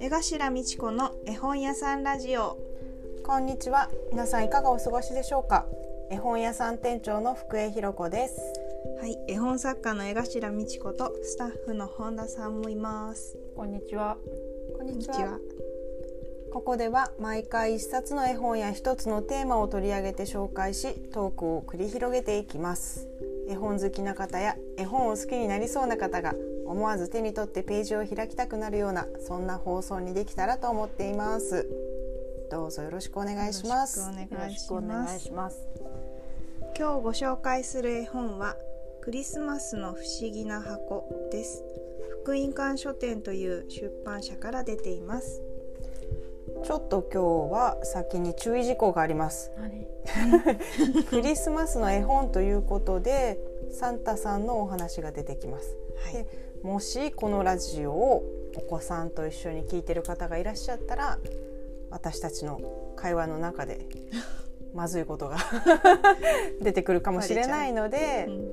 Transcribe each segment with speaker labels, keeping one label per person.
Speaker 1: 江頭美智子の絵本屋さんラジオ
Speaker 2: こんにちは。皆さんいかがお過ごしでしょうか。絵本屋さん店長の福江ひろ子です。
Speaker 1: はい絵本作家の江頭美智子とスタッフの本田さんもいます
Speaker 3: こんにちは。
Speaker 2: こん
Speaker 1: こんにちは
Speaker 2: ここでは毎回一冊の絵本や一つのテーマを取り上げて紹介し、トークを繰り広げていきます。絵本好きな方や絵本を好きになりそうな方が思わず手に取ってページを開きたくなるようなそんな放送にできたらと思っています。どうぞよろしくお願いします。
Speaker 1: よろしくお
Speaker 3: よ
Speaker 1: 願
Speaker 3: ろ
Speaker 1: い
Speaker 3: し
Speaker 1: し
Speaker 3: くお
Speaker 1: ま
Speaker 3: 願い
Speaker 1: す
Speaker 3: します。
Speaker 1: 今日ご紹介する絵本はクリスマスの不思議な箱です福音館書店という出版社から出ています
Speaker 2: ちょっと今日は先に注意事項があります。
Speaker 3: 何？
Speaker 2: クリスマスの絵本ということでサンタさんのお話が出てきます
Speaker 1: はい
Speaker 2: でもしこのラジオをお子さんと一緒に聞いてる方がいらっしゃったら私たちの会話の中でまずいことが 出てくるかもしれないので、
Speaker 1: うん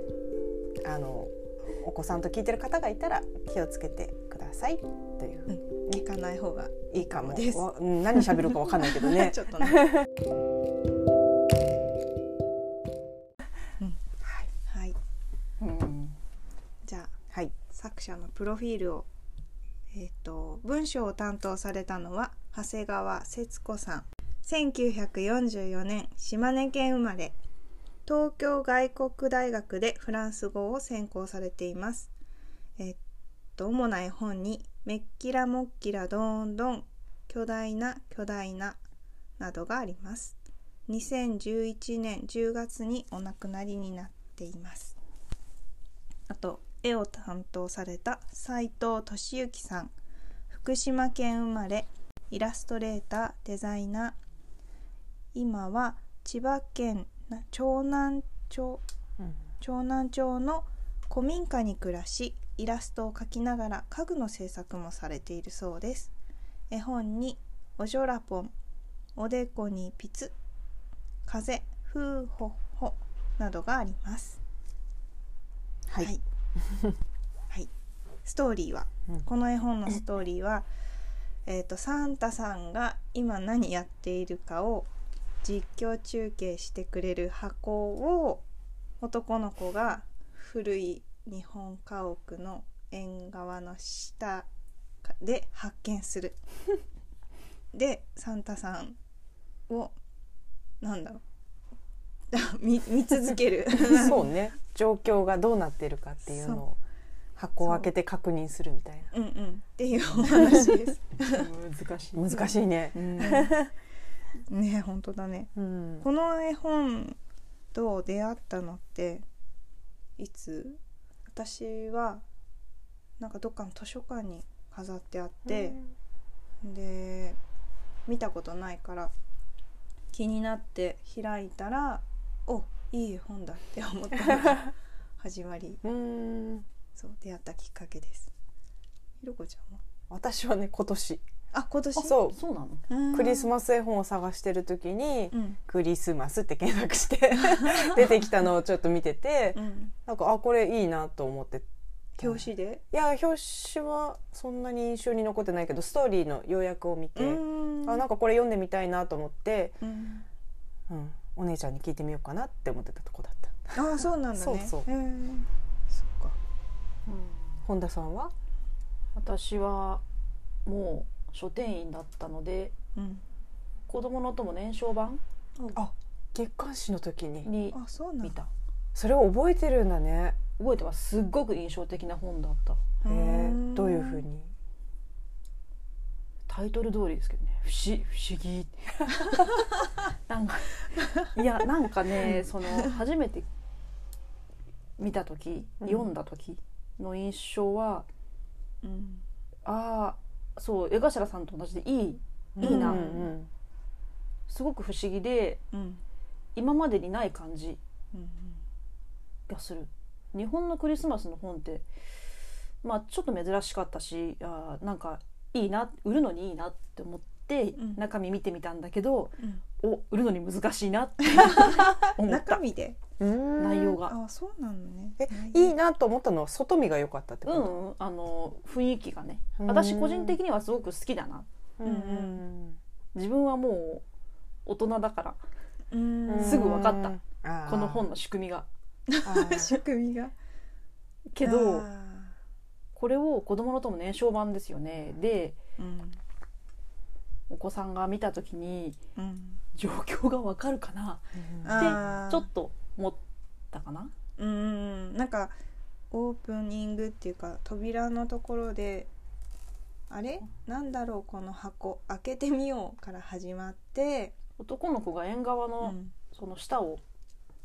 Speaker 2: あのお子さんと聞いてる方がいたら気をつけてくださいという、
Speaker 1: うん行かない方が
Speaker 2: いいかも
Speaker 1: です
Speaker 2: わうん何喋るかわかんないけど ね
Speaker 1: ちょっとね
Speaker 2: はい、
Speaker 1: はい
Speaker 3: うん。
Speaker 1: じゃあ
Speaker 2: はい、
Speaker 1: 作者のプロフィールを、えー、と文章を担当されたのは長谷川節子さん1944年島根県生まれ東京外国大学でフランス語を専攻されていますえーっと主な絵本に「めっきらもっきらどーんどん」「巨大な巨大な」などがあります2011年10月にお亡くなりになっていますあと絵を担当された斉藤俊之さん福島県生まれイラストレーターデザイナー今は千葉県な長南町
Speaker 2: うん
Speaker 1: 長南町の古民家に暮らしイラストを描きながら家具の制作もされているそうです絵本に「おじょらぽん」「おでこにピツ」「風」「ふうほほ」などがあります
Speaker 2: はい
Speaker 1: はい、はいストーリーは、
Speaker 2: うん
Speaker 1: この絵本のストーリーは、えー、とサンタさんが今何やっているかを実況中継してくれる箱を男の子が古い日本家屋の縁側の下で発見す るでサンタさんをなんだろう 見見続け る
Speaker 2: そうね状況がどうなっているかっていうのを箱を開けて確認するみたいな
Speaker 1: うんうんっていうお話です。
Speaker 3: 難しい。
Speaker 2: 難しいね、
Speaker 3: うん。
Speaker 1: ね本当だね。
Speaker 2: うん
Speaker 1: この絵本と出会ったのっていつ私はなんかどっかの図書館に飾ってあって、で見たことないから気になって開いたらおいい絵本だって思ったの が始まり
Speaker 2: うん
Speaker 1: そう出会ったきっかけです。ひろこちゃんは
Speaker 2: 私はね今年
Speaker 1: あ今年
Speaker 2: そ
Speaker 3: そうなの。
Speaker 2: うクリス
Speaker 1: マ
Speaker 2: マス絵本を探してる時に
Speaker 1: うん
Speaker 2: 「クリスマス」って検索して出てきたのをちょっと見てて
Speaker 1: うん
Speaker 2: なんかあこれいいなと思って
Speaker 1: 表紙で、
Speaker 2: いや表紙はそんなに印象に残ってないけどストーリーの要約を見て、
Speaker 1: うん
Speaker 2: あなんかこれ読んでみたいなと思って、
Speaker 1: うん
Speaker 2: うん、お姉ちゃんに聞いてみようかなって思ってたとこだった
Speaker 1: ああそうなんだね。
Speaker 2: そうそう
Speaker 1: へーそっか。
Speaker 2: 本田さんは
Speaker 3: 私はもう書店員だったので、
Speaker 1: うん。
Speaker 3: 子供の友年少版
Speaker 2: あ月刊誌の時に
Speaker 3: に
Speaker 1: あそうなん
Speaker 3: 見
Speaker 1: だ。
Speaker 3: た。
Speaker 2: それを覚えてるんだね
Speaker 3: 覚えてます。すっごく印象的な本だった。
Speaker 2: え
Speaker 1: う
Speaker 2: ー
Speaker 1: ん
Speaker 2: どういうふう。に
Speaker 3: タイトル通りですけどね。不思不思議。 なんかいやなんかねその初めて見た時
Speaker 2: うん
Speaker 3: 読んだ時の印象は、
Speaker 1: うん。
Speaker 3: ああそう江頭さんと同じでいい
Speaker 2: い
Speaker 3: いいな
Speaker 2: うん
Speaker 3: すごく不思議で
Speaker 1: うん。
Speaker 3: 今までにない感じ
Speaker 1: うん。
Speaker 3: がする日本のクリスマスの本ってまあちょっと珍しかったしあーなんかいいな売るのにいいなって思って
Speaker 1: うん
Speaker 3: 中身見てみたんだけど、
Speaker 1: うん
Speaker 3: お売るのに難しいなって
Speaker 1: う
Speaker 3: 思
Speaker 1: ん
Speaker 3: った
Speaker 1: 中身で。
Speaker 3: 内容が。
Speaker 1: あそうなのね
Speaker 2: え
Speaker 1: 内容
Speaker 2: いいなと思ったのは外見が良かったって
Speaker 3: う
Speaker 2: こ
Speaker 3: んうん、あの雰囲気がね
Speaker 2: うん
Speaker 3: 私個人的にはすごく好きだな
Speaker 2: と、
Speaker 1: うん
Speaker 3: 自分はもう大人だから
Speaker 1: うん
Speaker 2: うん
Speaker 3: すぐ分かった
Speaker 2: あー
Speaker 3: この本の仕組みが
Speaker 2: あ ー
Speaker 1: 仕組みが
Speaker 3: けど
Speaker 1: あ
Speaker 3: これを子供の友年少版ですよねで
Speaker 1: ーうん
Speaker 3: お子さんが見た時に
Speaker 1: うん
Speaker 3: 状況が分かるかな
Speaker 1: あ
Speaker 2: あ
Speaker 1: ー
Speaker 3: ちょっと思ったかな
Speaker 1: うんうんなんかオープニングっていうか扉のところで「あれなんだろうこの箱開けてみよう」から始まって、
Speaker 3: 男の子が縁側
Speaker 1: う
Speaker 3: の
Speaker 1: ん、
Speaker 3: その下を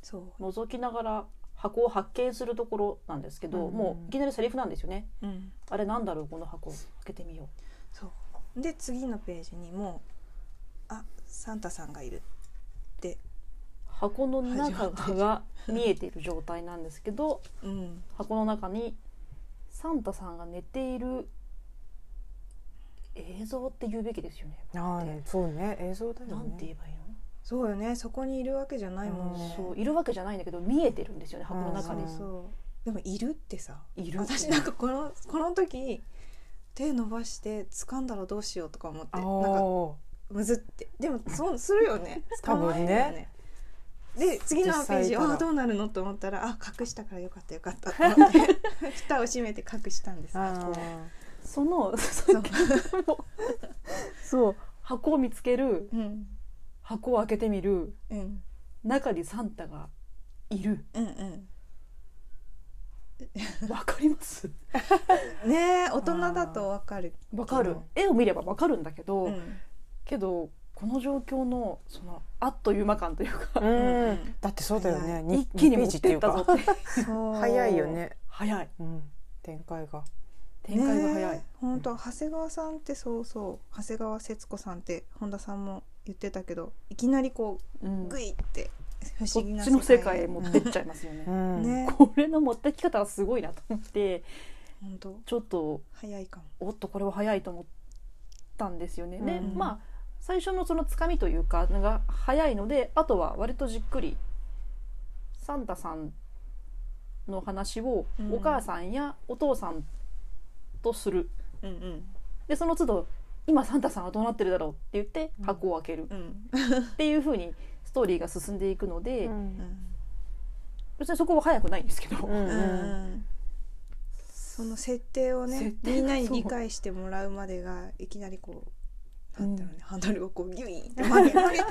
Speaker 1: そ
Speaker 3: 覗きながら箱を発見するところなんですけど、
Speaker 2: うん
Speaker 3: もういきなりセリフなんですよね
Speaker 1: う、うん、
Speaker 3: あれなんだろうこの箱開けてみよ
Speaker 1: そうで次のページにも「あサンタさんがいる」って、
Speaker 3: う箱の中が見えている状態なんですけど
Speaker 1: うん、
Speaker 3: 箱の中にサンタさんが寝ている映像って言うべきですよね。
Speaker 2: あーそうね映像だよね
Speaker 3: なんて言えばいい
Speaker 1: そうよねそこにいるわけじゃないもん
Speaker 3: の、
Speaker 1: ね。
Speaker 3: そういるわけじゃないんだけど見えてるんですよね箱の中
Speaker 1: そ
Speaker 3: に
Speaker 1: うそうでも「いる」ってさ
Speaker 3: いる
Speaker 1: 私なんかこのこの時手伸ばして掴んだらどうしようとか思ってなんか
Speaker 2: お
Speaker 1: むずってでもそうするよね
Speaker 2: 多分ね
Speaker 1: 捕まえるよで次のペー
Speaker 2: 実際
Speaker 1: ジ
Speaker 2: いたら
Speaker 1: あどうなるのと思ったらあ隠したからよかったよかったと思って 蓋を閉めて隠したんです
Speaker 2: ーあ
Speaker 1: こう
Speaker 2: ー
Speaker 3: その
Speaker 1: そう
Speaker 3: そう箱を見つける
Speaker 1: うん
Speaker 3: 箱を開けてみる
Speaker 1: うん
Speaker 3: 中にサンタがいる
Speaker 1: うんうん
Speaker 3: わかります
Speaker 1: ねえ大人だとわかる
Speaker 3: わかる、
Speaker 2: うん
Speaker 3: 絵を見ればわかるんだけど、
Speaker 1: うん
Speaker 3: けどこの状況のそのあっという間感というか、
Speaker 2: うん
Speaker 1: うん
Speaker 2: だってそうだよねに
Speaker 3: 一気に
Speaker 2: 二ペー
Speaker 3: 持っ
Speaker 2: ジってい
Speaker 3: てっ
Speaker 2: う
Speaker 3: た
Speaker 2: か
Speaker 3: ぞって
Speaker 1: そう
Speaker 2: 早いよね、
Speaker 3: 早い
Speaker 2: うん、展開が
Speaker 3: 展開が早い、
Speaker 1: 本当長谷川さんってそうそう長谷川節子さんって本田さんも言ってたけどいきなりこ
Speaker 3: う
Speaker 1: うんグイって不
Speaker 3: そ
Speaker 1: 思
Speaker 3: っ
Speaker 1: 議な
Speaker 3: ちの世界へ持ってっちゃいますよね。
Speaker 2: ん
Speaker 1: ね
Speaker 3: これの持ってき方はすごいなと思って
Speaker 1: 本当
Speaker 3: ちょっと
Speaker 1: 早いかも
Speaker 3: おっとこれは早いと思ったんですよね。で
Speaker 2: うん
Speaker 3: まあ最初のそのつかみというかのが早いのであとは割とじっくりサンタさんの話を
Speaker 1: うん
Speaker 3: お母さんやお父さんとする。
Speaker 1: うんうん
Speaker 3: でその都度今サンタさんはどうなってるだろうって言って
Speaker 2: うん
Speaker 3: 箱を開ける
Speaker 1: うん
Speaker 3: っていう風にストーリーが進んでいくので、
Speaker 2: うん
Speaker 3: 別にそこは早くないんですけど、
Speaker 2: うん
Speaker 1: うんうんその設定をね
Speaker 3: 設定
Speaker 1: みんなに
Speaker 3: そう
Speaker 1: 理解してもらうまでがいきなりこうなんだろうね、ハンドルをこうギュイーンって曲げられた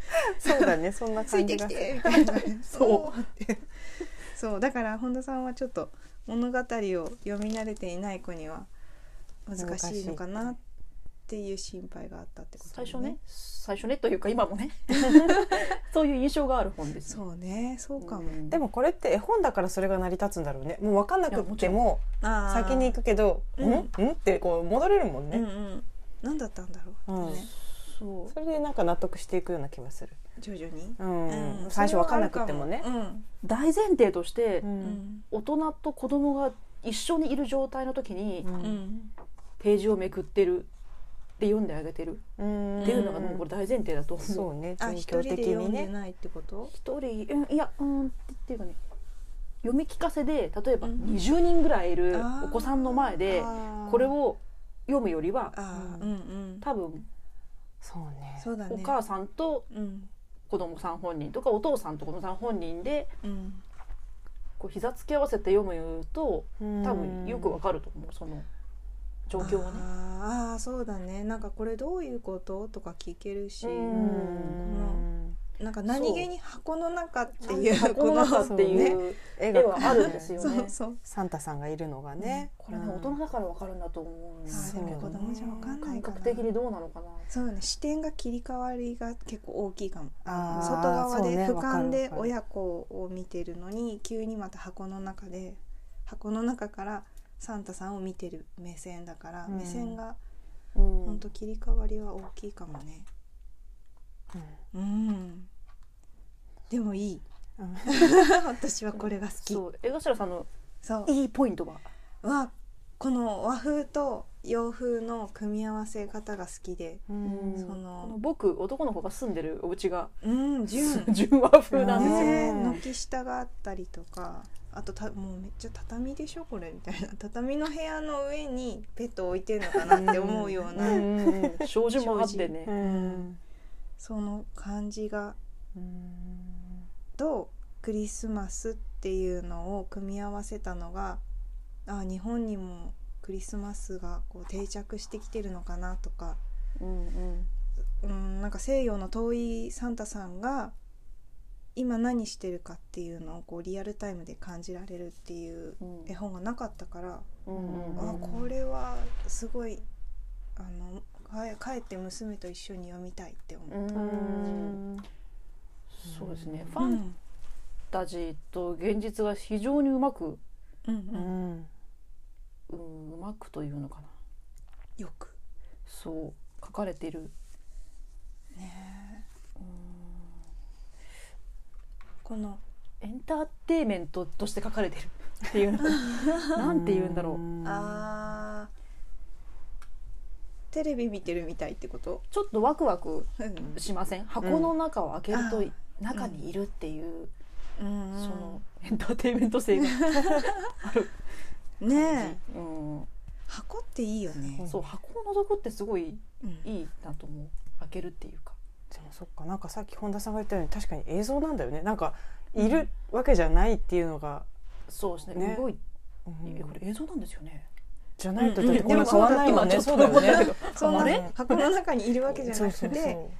Speaker 2: そうだねそんな
Speaker 1: つい
Speaker 2: 感
Speaker 1: て
Speaker 2: じ
Speaker 1: き
Speaker 2: が
Speaker 1: てみたいな
Speaker 3: そう
Speaker 1: おーって そうだから本田さんはちょっと物語を読み慣れていない子には難しいのかなっていう心配があったってことだ
Speaker 3: 最
Speaker 1: よ
Speaker 3: 初ね最初ねというか今 もねそういう印象がある本ですよ。
Speaker 1: そうねそうかも、
Speaker 3: ん
Speaker 2: でもこれって絵本だからそれが成り立つんだろうねもう分かんなくっても
Speaker 1: あー
Speaker 2: 先に行くけど「
Speaker 1: うんん
Speaker 2: ん?」ってこう戻れるもん
Speaker 1: うんう
Speaker 2: ね、
Speaker 1: ん何だったんだろう、
Speaker 2: うん
Speaker 1: ね
Speaker 3: そう
Speaker 2: それでなんか納得していくような気がする、
Speaker 1: 徐々に、
Speaker 2: うん
Speaker 1: うん
Speaker 2: 最初分かんなくってもね
Speaker 1: それはあるかも
Speaker 3: 大前提として、
Speaker 2: う
Speaker 1: うんん
Speaker 3: 大人と子供が一緒にいる状態の時に、
Speaker 2: う
Speaker 1: うんん
Speaker 3: ページをめくってるで読んであげてる
Speaker 2: うん
Speaker 3: っていうのがもうこれ大前提だと思。
Speaker 2: そううね
Speaker 1: あ
Speaker 2: 状
Speaker 1: 一
Speaker 2: 況
Speaker 1: 人で
Speaker 2: 的
Speaker 1: 読
Speaker 2: に
Speaker 1: んで
Speaker 2: ね
Speaker 1: ないってこと
Speaker 3: 一人うんいやうんってっていうかね読み聞かせで例えば
Speaker 1: うん
Speaker 3: 20人ぐらいいる
Speaker 1: あー
Speaker 3: お子さんの前でこれを読むよりは
Speaker 1: あーうんうん
Speaker 3: 多分
Speaker 2: そうね
Speaker 1: そうだね
Speaker 3: お母さんと
Speaker 1: うん
Speaker 3: 子供さん本人とかお父さんと子供さん本人で
Speaker 1: うん
Speaker 3: こう膝つき合わせて読むと
Speaker 2: うん
Speaker 3: 多分よくわかると思うその状況はね。
Speaker 1: あーあーそうだねなんかこれどういうこととか聞けるし
Speaker 3: うん
Speaker 2: うん
Speaker 1: なんか何気に箱の中っていう
Speaker 3: 箱の中ってい
Speaker 1: こ
Speaker 3: う
Speaker 2: 絵
Speaker 3: 絵
Speaker 2: が
Speaker 3: はあるんで すよ
Speaker 1: のねそう
Speaker 3: ね。
Speaker 1: そう
Speaker 2: サンタさんがいるのがね、
Speaker 3: これね大人だからわかるんだと思う。
Speaker 1: あーでも子供じゃわかんない
Speaker 3: 感
Speaker 1: かな
Speaker 3: 覚的にどうなのかな。
Speaker 1: そうね視点が切り替わりが結構大きいかも
Speaker 2: あー
Speaker 1: 外側
Speaker 2: そう
Speaker 1: で
Speaker 2: ね
Speaker 1: 俯
Speaker 2: わかる
Speaker 1: 瞰で
Speaker 2: わかる
Speaker 1: 親子を見てるのに急にまた箱の中で箱の中からサンタさんを見てる目線だから
Speaker 2: うん
Speaker 1: 目線が
Speaker 3: うん
Speaker 1: 本当切り替わりは大きいかもねうんでもいい
Speaker 2: うん
Speaker 1: 私はこれが好き
Speaker 3: そう江頭さんの
Speaker 1: そう
Speaker 3: いいポイントは。
Speaker 1: はこの和風と洋風の組み合わせ方が好きで、
Speaker 2: うん
Speaker 1: そ
Speaker 3: この
Speaker 1: の
Speaker 3: 僕男の子が住んでるお家が
Speaker 1: うん純
Speaker 3: 純和風 なんですよ、
Speaker 1: ね
Speaker 2: よ
Speaker 1: 軒下があったりとかあとたもうめっちゃ畳でしょこれみたいな 畳の部屋の上にベッド置いてるのかなって思うよう
Speaker 3: う
Speaker 1: なん
Speaker 3: うんうん障子もあってね
Speaker 2: う、ん
Speaker 1: その感じが
Speaker 2: うん
Speaker 1: とクリスマスっていうのを組み合わせたのがあ日本にもクリスマスがこう定着してきてるのかなとか
Speaker 3: うんうん
Speaker 1: うんなんか西洋の遠いサンタさんが今何してるかっていうのをこうリアルタイムで感じられるっていう
Speaker 3: うん
Speaker 1: 絵本がなかったから、
Speaker 3: うんうん
Speaker 1: あこれはすごいあのかえ帰って娘と一緒に読みたいって思う。
Speaker 3: うん
Speaker 2: うん
Speaker 3: そうですね、フ
Speaker 1: う
Speaker 3: ァン
Speaker 1: ん
Speaker 3: タジーと現実が非常にうまく、
Speaker 1: うん
Speaker 2: う
Speaker 1: うん
Speaker 2: ん
Speaker 3: うん、うまくというのかな
Speaker 1: よく
Speaker 3: そう書かれている
Speaker 1: ねえ
Speaker 3: うん
Speaker 1: この
Speaker 3: エンターテインメントとして書かれてる っていうのなんて言うんだろう
Speaker 1: あーテレビ見てるみたいってこと、
Speaker 3: ちょっとワクワク
Speaker 1: うん
Speaker 3: しません箱の中を開けると、
Speaker 1: うん
Speaker 3: 中にいるっていう、
Speaker 1: うん
Speaker 3: そのエンターテインメント性がある感
Speaker 1: ねえ
Speaker 3: じ、うん
Speaker 1: 箱っていいよね、
Speaker 3: そう箱を覗くってすごい
Speaker 1: うん
Speaker 3: いいなと思う開けるっていうか
Speaker 2: でもそっかなんかさっき本田さんが言ったように確かに映像なんだよねなんかいるわけじゃないっていうのが、
Speaker 3: そうですね
Speaker 2: ね
Speaker 3: 動いて
Speaker 2: うん
Speaker 3: えこれ映像なんですよね
Speaker 2: じゃないと
Speaker 1: うん
Speaker 2: だってこんな変わんないもんね
Speaker 3: 今ち
Speaker 2: そ
Speaker 3: ょっ
Speaker 2: うだ
Speaker 3: と思
Speaker 2: よ
Speaker 3: ったけ
Speaker 2: ね
Speaker 3: ど
Speaker 1: そんな
Speaker 2: あ
Speaker 3: あ
Speaker 2: れ
Speaker 3: れ
Speaker 1: 箱の中にいるわけじゃなくて
Speaker 2: そうそうそ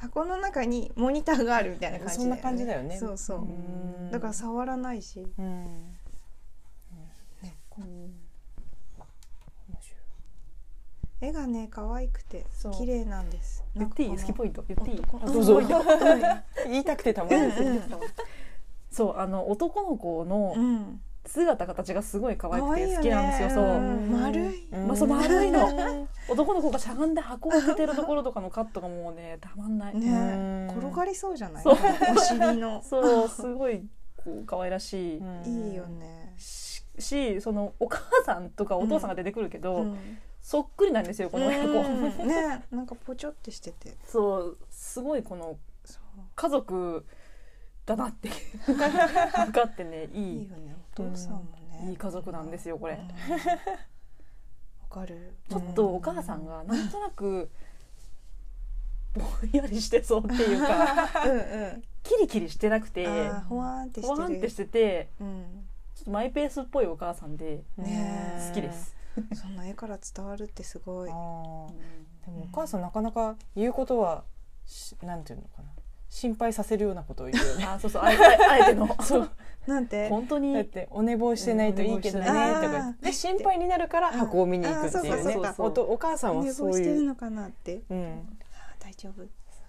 Speaker 1: 箱の中にモニターがあるみたいな感じだよね
Speaker 2: そんな感じだよね
Speaker 1: そうそうう、
Speaker 2: ん
Speaker 1: だから触らないし
Speaker 2: うん面
Speaker 3: うん
Speaker 2: 白い
Speaker 1: 絵がね可愛くて
Speaker 3: そう
Speaker 1: 綺麗なんです
Speaker 3: 言っていい好き
Speaker 1: イ
Speaker 3: ポイント言っていい
Speaker 1: 男
Speaker 2: どうぞ
Speaker 1: うん う
Speaker 2: 言いたくてたまらない
Speaker 1: ん
Speaker 3: そうあの男の子
Speaker 1: う
Speaker 3: の
Speaker 1: ん
Speaker 3: 姿形がすごい可愛
Speaker 1: 可
Speaker 3: く
Speaker 1: 愛いよね
Speaker 3: て好きなんですよそう
Speaker 1: うん丸い
Speaker 3: まあそう丸い
Speaker 2: の
Speaker 3: 男の子がしゃがんで箱を開けてるところとかのカットがもうねたまんない、
Speaker 1: ね
Speaker 2: うん
Speaker 1: 転がりそうじゃない
Speaker 3: そう
Speaker 1: お尻 の
Speaker 3: そうすごいこう可愛らしい
Speaker 1: いいよね
Speaker 3: ししそのお母さんとかお父さんが出てくるけど、
Speaker 1: うん
Speaker 3: そっくりなんですよこの
Speaker 1: う
Speaker 3: 親子、
Speaker 1: んねなんかポチョってしてて
Speaker 3: そうすごいこの
Speaker 1: そう
Speaker 3: 家族だなって分かってねい
Speaker 1: いい
Speaker 3: い
Speaker 1: よねお父さんもね、
Speaker 3: いい家族なんですよこれ、
Speaker 1: うんわかる
Speaker 3: ちょっとお母さんがなんとなくぼんやりしてそうってい うか
Speaker 1: うんうん
Speaker 3: キリキリしてなくて
Speaker 1: あーほわーんってして
Speaker 3: ほ
Speaker 1: る
Speaker 3: わんってしてて
Speaker 1: うん
Speaker 3: ちょっとマイペースっぽいお母さんで
Speaker 1: ね
Speaker 3: 好きです。
Speaker 1: そんな絵から伝わるってすご
Speaker 2: あ
Speaker 1: い
Speaker 2: ーでもお母さんなかなか言うことはしなんていうのかな心配させるようなことを言うよね
Speaker 3: あそうそうあえてあえての
Speaker 1: なんて
Speaker 3: 本当に
Speaker 2: だってお寝坊してないといいけどねと
Speaker 3: うんお寝
Speaker 1: 坊してない
Speaker 2: かで心配になるから箱を見に行くっていう
Speaker 1: あーそう
Speaker 2: ね
Speaker 1: か
Speaker 3: そうか
Speaker 2: おとお母さんは
Speaker 1: 寝
Speaker 2: そ
Speaker 1: 坊
Speaker 2: う
Speaker 1: してる
Speaker 2: いう
Speaker 1: のかなって
Speaker 2: うん
Speaker 1: あー大丈夫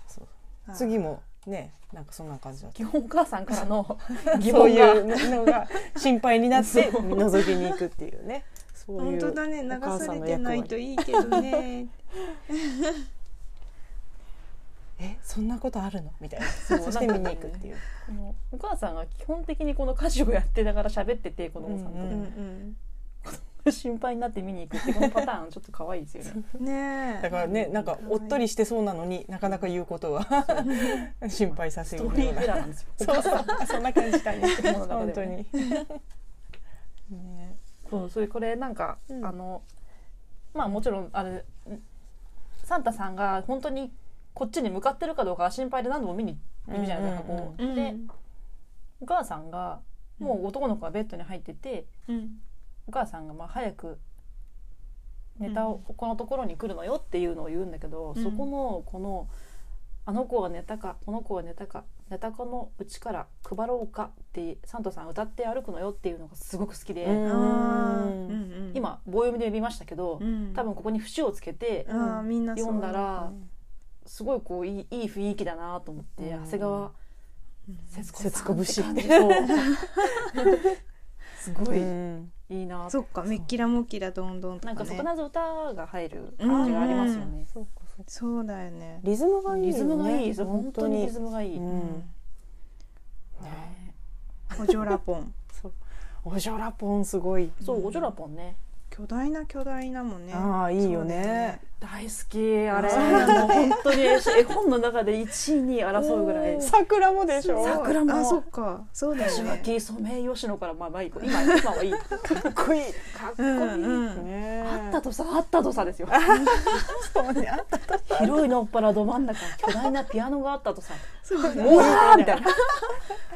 Speaker 2: そう
Speaker 1: あー
Speaker 2: 次もねなんかそんな感じだった
Speaker 3: 基本お母さんからの疑
Speaker 2: そう
Speaker 3: 問
Speaker 2: い
Speaker 3: が
Speaker 2: うのが心配になって覗きに行くっていうねそうい
Speaker 1: 本
Speaker 2: う
Speaker 1: 当だね流
Speaker 2: お母
Speaker 1: さ
Speaker 2: さ
Speaker 1: れ
Speaker 2: んの
Speaker 1: て
Speaker 2: 役
Speaker 1: な
Speaker 2: 割
Speaker 1: いといいけどね
Speaker 2: えそんなことあるのみたいな
Speaker 3: そう
Speaker 2: そして見に行くっていう
Speaker 3: このお母さんが基本的にこの家事をやってながら喋ってて子供さんと
Speaker 1: う
Speaker 2: うんん
Speaker 1: うん
Speaker 3: 心配になって見に行くってこのパターンちょっと可愛いですよね。
Speaker 1: ねえ
Speaker 2: だからねなんかおっとりしてそうなのになかなか言うことは心配させ
Speaker 3: ス
Speaker 2: る
Speaker 3: ト
Speaker 2: よう
Speaker 3: ーリーテ
Speaker 2: な
Speaker 3: ラーなんですよ。お
Speaker 2: そ
Speaker 3: 母
Speaker 2: うそ
Speaker 3: さん
Speaker 2: うそんな感じだね
Speaker 3: 子供の中
Speaker 2: 本当
Speaker 3: でも
Speaker 2: にね
Speaker 3: そうそれこれなんか、
Speaker 2: うん
Speaker 3: あのまあもちろんあれサンタさんが本当にこっちに向かってるかどうかが心配で何度も見に行くじゃないですか、
Speaker 2: うんうんうん
Speaker 3: こう。でお母さんがもう男の子がベッドに入ってて
Speaker 1: うん
Speaker 3: お母さんがまあ早くネタをこのところに来るのよっていうのを言うんだけど、
Speaker 1: うん
Speaker 3: そこのこのあの子は寝たかこの子は寝たか寝た子のうちから配ろうかってサンタさん歌って歩くのよっていうのがすごく好きで、
Speaker 2: うん
Speaker 1: あーうんうん
Speaker 3: 今棒読みで見ましたけど、
Speaker 1: うん
Speaker 3: 多分ここに節をつけて
Speaker 1: あーみんなそう
Speaker 3: 読んだらすごいこういいいい雰囲気だなと思って、
Speaker 2: うん
Speaker 3: 長谷川
Speaker 1: うん
Speaker 3: 節子
Speaker 2: 節子節
Speaker 3: さんって感じそうすごい
Speaker 2: うん
Speaker 3: いいな
Speaker 1: そっかめっきらもっきらどんどんと
Speaker 3: なんかそ
Speaker 1: ね
Speaker 3: こなぜ歌が入る感じがありますよね、
Speaker 2: そうかそうか
Speaker 1: そうだよね
Speaker 2: リズムがいいよね
Speaker 3: リズムがいいです本
Speaker 2: 本
Speaker 3: 当
Speaker 2: 当
Speaker 3: にリ
Speaker 2: に
Speaker 3: ズムがいい、
Speaker 2: う
Speaker 1: うんん
Speaker 3: ね
Speaker 1: おじょらぽん
Speaker 2: そうおじょらぽんすごい
Speaker 3: そうおじょらぽんね
Speaker 1: 教 巨大な巨大なもね
Speaker 2: ああいいよね
Speaker 3: 大好きあれ
Speaker 1: そうな
Speaker 3: もう本当に絵本の中で1位に争うぐらい
Speaker 1: おー
Speaker 2: 桜もでしょ
Speaker 1: そうだよね
Speaker 3: 桜も
Speaker 1: あそっかそうだよ
Speaker 3: 柴
Speaker 1: ね
Speaker 3: 木ソメイヨシノからまあまあいい今今はいいかっ
Speaker 2: かっこいいね
Speaker 3: こいい、
Speaker 1: うんうん
Speaker 3: あったとさあったとさですよ
Speaker 2: そうねあったと
Speaker 3: 広いのっぱらど真ん中巨大なピアノがあったとさ
Speaker 1: そうだね
Speaker 3: うわーみたいな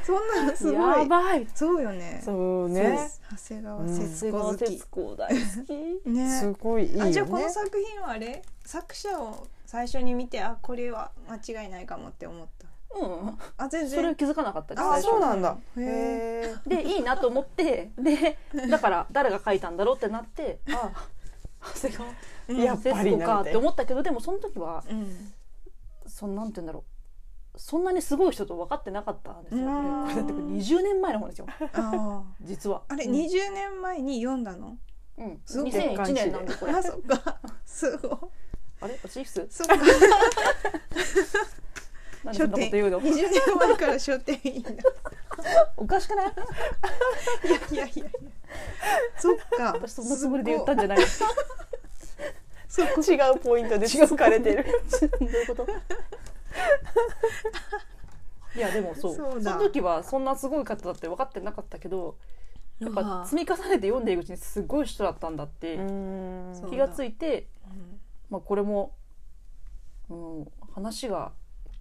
Speaker 1: そんなのすご
Speaker 3: や
Speaker 1: い
Speaker 3: ばい
Speaker 1: そうよね
Speaker 2: そう
Speaker 1: そうで
Speaker 2: ね
Speaker 1: す長谷川節子好
Speaker 3: 好
Speaker 1: き
Speaker 3: き大好き
Speaker 1: ね
Speaker 2: すごいいいよ
Speaker 1: あ
Speaker 2: ね
Speaker 1: じゃあこの作品はあれ作者を最初に見てあこれは間違いないかもって思っ
Speaker 3: うん
Speaker 1: たあ全
Speaker 3: それ
Speaker 1: 然
Speaker 3: 気づかなかったです
Speaker 2: あ
Speaker 3: 最初
Speaker 2: そうなんだ
Speaker 1: へー
Speaker 2: へえ
Speaker 3: でいいなと思ってでだから誰が書いたんだろうってなってあ長谷川
Speaker 1: うん
Speaker 2: やっぱり
Speaker 3: 節子
Speaker 2: な
Speaker 3: か
Speaker 2: ん
Speaker 3: ってて思ったけどでもその時は
Speaker 1: うん
Speaker 3: そんなんて言うんだろうそんなにすごい人と分かってなかったんですよ、ね、
Speaker 1: うん
Speaker 3: これだってこれ20年前の本ですよ
Speaker 1: あー
Speaker 3: 実は
Speaker 1: あれ
Speaker 3: うん
Speaker 1: 20年前に読んだの
Speaker 3: うん、
Speaker 1: すごい
Speaker 3: 2001年なんでこれ
Speaker 1: あそっか すごい
Speaker 3: あれ私いくつ
Speaker 1: そっ か
Speaker 3: なんでそ
Speaker 1: 書
Speaker 3: んなこと
Speaker 1: 店
Speaker 3: 言うの
Speaker 1: 20年前から書店員だ
Speaker 3: おかしくない
Speaker 1: いやいやいやそっか
Speaker 3: 私そんなつもりで言ったんじゃない
Speaker 1: すごいそっか
Speaker 2: 違うポイントで疲れてる
Speaker 3: どういうこといやでもそう
Speaker 1: そ
Speaker 3: そう
Speaker 1: だ
Speaker 3: の時はそんなすごい方だって分かってなかったけどやっぱ積み重ねて読んでいくうちにすごい人だったんだって
Speaker 2: うん
Speaker 1: そう
Speaker 3: 気がついて、
Speaker 1: うん
Speaker 3: まあ、これも、うん、話が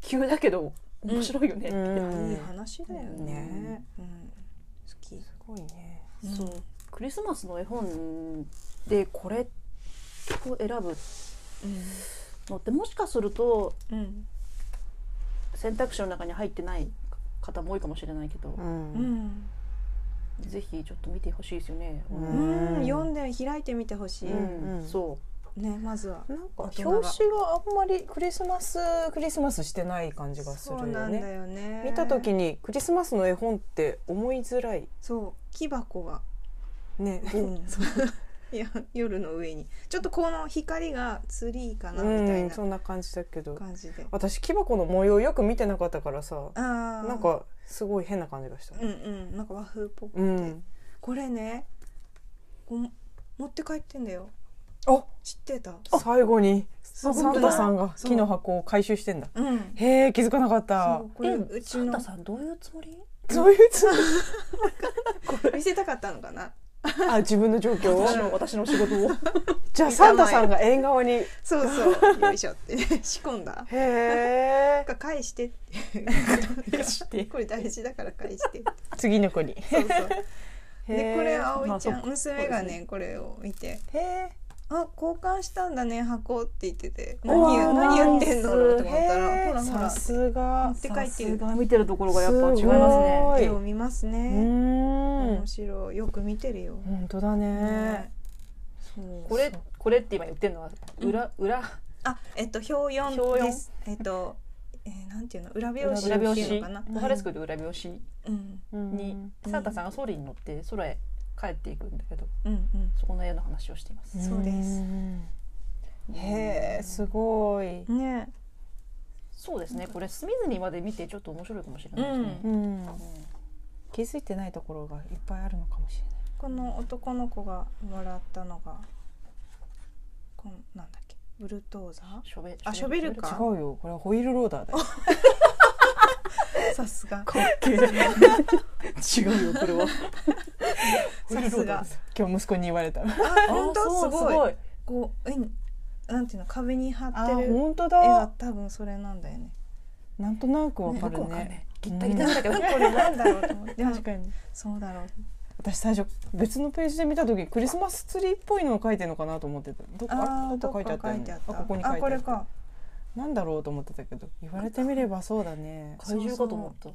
Speaker 3: 急だけど面白いよねって、
Speaker 2: うん
Speaker 1: いい話だよね
Speaker 2: ね
Speaker 1: うん好き
Speaker 2: すごいね
Speaker 3: そうクリスマスの絵本でこれを選ぶのってもしかすると
Speaker 1: うんうん
Speaker 3: 選択肢の中に入ってない方も多いかもしれないけど
Speaker 2: う、
Speaker 1: うんん
Speaker 3: ぜひちょっと見てほしいですよね。
Speaker 2: う
Speaker 1: うんん読んで開いてみてほしい
Speaker 3: うん
Speaker 2: うん
Speaker 3: そ
Speaker 1: ねまずは
Speaker 2: なんか
Speaker 1: 大
Speaker 2: 表
Speaker 1: 人
Speaker 2: 紙
Speaker 1: が
Speaker 2: があんまりクリスマスクリスマスしてない感じがす
Speaker 1: そ
Speaker 2: るよ
Speaker 1: うなんだ
Speaker 2: ね。
Speaker 1: よね
Speaker 2: 見た時にクリスマスの絵本って思いづらい
Speaker 1: そう木箱が
Speaker 2: ね。
Speaker 1: ボンいや夜の上にちょっとこの光がツリーかな
Speaker 2: う
Speaker 1: みたい
Speaker 2: ん、
Speaker 1: な
Speaker 2: そんな感じだけど、
Speaker 1: 感じで
Speaker 2: 私木箱の模様よく見てなかったからさ、
Speaker 1: あー
Speaker 2: なんかすごい変な感じがした。
Speaker 1: うんうんなんか和風っぽくて、
Speaker 2: うん。
Speaker 1: これねこう持って帰ってんだよ
Speaker 2: あ、
Speaker 1: 知ってた
Speaker 2: 最後に
Speaker 1: そ
Speaker 2: サ
Speaker 1: う
Speaker 2: ンタさんが
Speaker 1: そう
Speaker 2: 木の箱を回収してんだ。
Speaker 1: うん
Speaker 2: へえ、気づかなかった
Speaker 1: そう。こ
Speaker 3: う。
Speaker 1: れ
Speaker 3: え、
Speaker 1: うち
Speaker 3: サン
Speaker 1: の
Speaker 3: タさんどういうつもり？
Speaker 2: そういうつも り。
Speaker 1: 見せたかったのかな
Speaker 2: あ、自分の状況を
Speaker 3: 私。の私の仕 事を。
Speaker 2: じゃあサンタさんが縁側に。へ
Speaker 1: そう そうよいしょって 仕込んだ
Speaker 2: え
Speaker 1: な。んか返して って
Speaker 2: 返して
Speaker 1: これ大事だから返してって
Speaker 2: 次の子に。
Speaker 1: そうそう
Speaker 2: へ
Speaker 1: で
Speaker 2: ー
Speaker 1: これ葵ちゃ
Speaker 3: まあ
Speaker 1: ん娘が
Speaker 3: そうです
Speaker 1: ねこれを見て
Speaker 2: へえ。
Speaker 1: 「あ交換したんだね箱」って言ってて
Speaker 3: うわ
Speaker 1: 何
Speaker 3: ー
Speaker 1: 言う何言ってんだろうと思ったら
Speaker 2: へ
Speaker 1: ほ
Speaker 2: ー
Speaker 1: らほら
Speaker 2: さす
Speaker 1: 持
Speaker 2: が
Speaker 1: って帰って
Speaker 3: 映
Speaker 1: る
Speaker 3: 画見てるところがやっぱ違います
Speaker 2: す
Speaker 3: ね。
Speaker 2: ごい
Speaker 1: 絵を見ます
Speaker 2: う
Speaker 1: ね
Speaker 2: ん
Speaker 1: 面白いよく見てるよ
Speaker 2: 本当だね
Speaker 1: そう
Speaker 3: これこれって今言ってるのは裏裏
Speaker 1: あえっと表四
Speaker 3: 表四
Speaker 1: ですえっとえーなんていうの裏表紙
Speaker 3: 裏
Speaker 1: って
Speaker 3: 表
Speaker 1: いう
Speaker 3: 紙
Speaker 1: のかな
Speaker 3: オハレスクで裏表紙
Speaker 1: うん
Speaker 3: に
Speaker 1: うん
Speaker 3: サンタさんがソーリーに乗って空へ帰っていくんだけど、
Speaker 1: うんうん
Speaker 3: そこの絵の話をしています。
Speaker 1: そうです
Speaker 2: んへえすごい
Speaker 1: ね
Speaker 3: そうですね。これ隅々まで見てちょっと面白いかもしれないですね。
Speaker 2: うん
Speaker 3: うん
Speaker 2: 気づいてないところがいっぱいあるのかもしれない
Speaker 1: この男の子が笑ったのがこんなんだっけブルトーザ
Speaker 3: ショベ
Speaker 1: あショベルカ
Speaker 2: 違うよこれはホイールローダーだよ
Speaker 1: ー さすが
Speaker 3: かっけえ違うよこれ は
Speaker 1: さすが
Speaker 2: 今日息子に言わ れたあ
Speaker 1: あ本当す
Speaker 3: そう
Speaker 1: ごいこうえなんていうの壁に貼ってる
Speaker 2: 本当
Speaker 1: 絵は
Speaker 2: だ
Speaker 1: 多分それなんだよね
Speaker 2: なんとなくわか
Speaker 3: よく
Speaker 2: る
Speaker 3: わかんない
Speaker 2: ね
Speaker 3: ギッタギタだけど、
Speaker 1: これなんだろうと思ってでも
Speaker 2: 確かに
Speaker 1: そうだろう
Speaker 2: 私最初別のページで見た時クリスマスツリーっぽいのを書いてるのかなと思ってたどっか
Speaker 1: あ
Speaker 2: あ
Speaker 1: ーど
Speaker 2: どっか書いてあ
Speaker 1: っ
Speaker 2: った
Speaker 1: か書い
Speaker 2: よね
Speaker 1: てあっ
Speaker 2: あ
Speaker 1: た
Speaker 2: ここに書い
Speaker 1: あ
Speaker 2: て
Speaker 1: こ
Speaker 2: あ
Speaker 1: れ
Speaker 2: った
Speaker 1: か
Speaker 2: なんだろうと思ってたけど言われてみればそうだね
Speaker 3: 怪獣かと思っ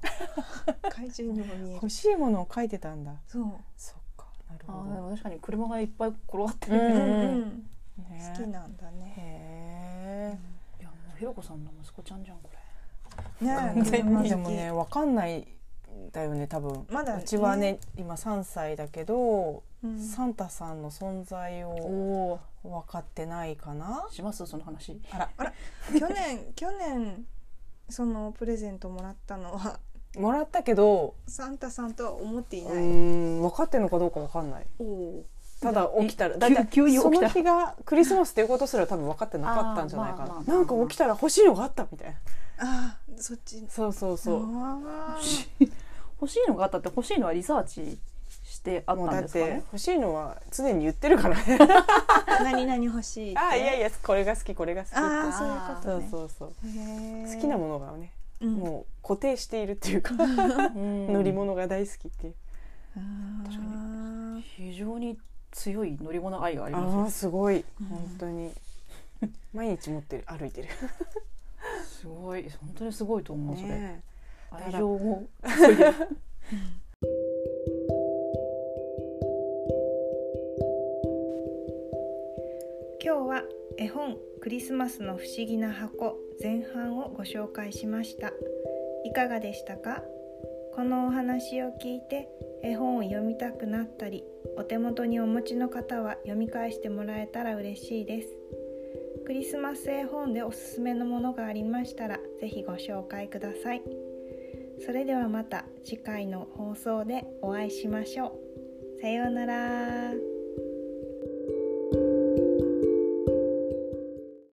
Speaker 3: た。
Speaker 1: 怪獣にも見える
Speaker 2: 欲しいものを書いてたんだ
Speaker 1: そう
Speaker 2: そっかなる
Speaker 3: あー
Speaker 2: ほ
Speaker 3: で
Speaker 2: ど
Speaker 3: も確かに車がいっぱい転がって
Speaker 2: う
Speaker 3: る。
Speaker 1: うんん
Speaker 3: い
Speaker 1: うん
Speaker 2: ね
Speaker 1: 好きなんだね
Speaker 2: へ
Speaker 3: やもうひろこさんの息子ちゃんじゃんこれ。
Speaker 1: ね
Speaker 2: え
Speaker 1: え
Speaker 2: 全然
Speaker 1: まだ
Speaker 2: でもねわかんないんだよね多分
Speaker 1: まだね
Speaker 2: うちはね今3歳だけど、
Speaker 1: うん
Speaker 2: サンタさんの存在
Speaker 3: お
Speaker 2: を
Speaker 3: お
Speaker 2: 分かってないかな
Speaker 3: ー。しますその話。
Speaker 2: あら
Speaker 1: 去年去年そのプレゼントもらったのは
Speaker 2: もらったけど
Speaker 1: サンタさんとは思っていうない、
Speaker 2: ーん分かってんのかどうか分かんない
Speaker 1: おお
Speaker 2: ただ起きたら
Speaker 3: え
Speaker 2: だいたい
Speaker 3: 急急に起
Speaker 2: そ
Speaker 3: きた
Speaker 2: の日がクリスマスっていうことすら多分分かってなかったんじゃないか
Speaker 3: あーまあまあま
Speaker 2: な
Speaker 3: あ
Speaker 2: なんか起きたら欲しいのがあったみたいな
Speaker 1: ああそっち
Speaker 2: そうそうそう
Speaker 1: あー
Speaker 3: 欲しいのがあったって欲しいのはリサーチしてあっ
Speaker 2: もう
Speaker 3: た
Speaker 2: だ
Speaker 3: んで
Speaker 2: っ
Speaker 3: すか
Speaker 2: て
Speaker 3: ね
Speaker 2: 欲しいのは常に言ってるからね
Speaker 1: 何々欲しいって
Speaker 2: あー いやいやこれが好きこれが好きって
Speaker 1: あ
Speaker 3: あ
Speaker 1: あ
Speaker 3: ー
Speaker 1: そういうこと
Speaker 2: そう
Speaker 1: ね
Speaker 2: そうそう
Speaker 1: へ
Speaker 2: 好きな
Speaker 1: も
Speaker 2: ものがね
Speaker 1: の
Speaker 2: もう固定しているっていうか
Speaker 3: うん
Speaker 2: 乗り物が大好きっていう
Speaker 1: うん
Speaker 3: 確か
Speaker 1: に
Speaker 3: 非常に強い乗り物愛があり
Speaker 2: あ
Speaker 3: ま
Speaker 2: ーすごい
Speaker 1: うん
Speaker 2: 本当に毎日持ってる歩いてる
Speaker 3: すすごい本当にすごいと思う、
Speaker 2: ね
Speaker 3: それ
Speaker 2: ただ
Speaker 3: 愛情を
Speaker 1: 今日は絵本クリスマスの不思議な箱前半をご紹介しましたいかがでしたかこのお話を聞いて絵本を読みたくなったりお手元にお持ちの方は読み返してもらえたら嬉しいですクリスマス絵本でおすすめのものがありましたらぜひご紹介くださいそれではまた次回の放送でお会いしましょうさようなら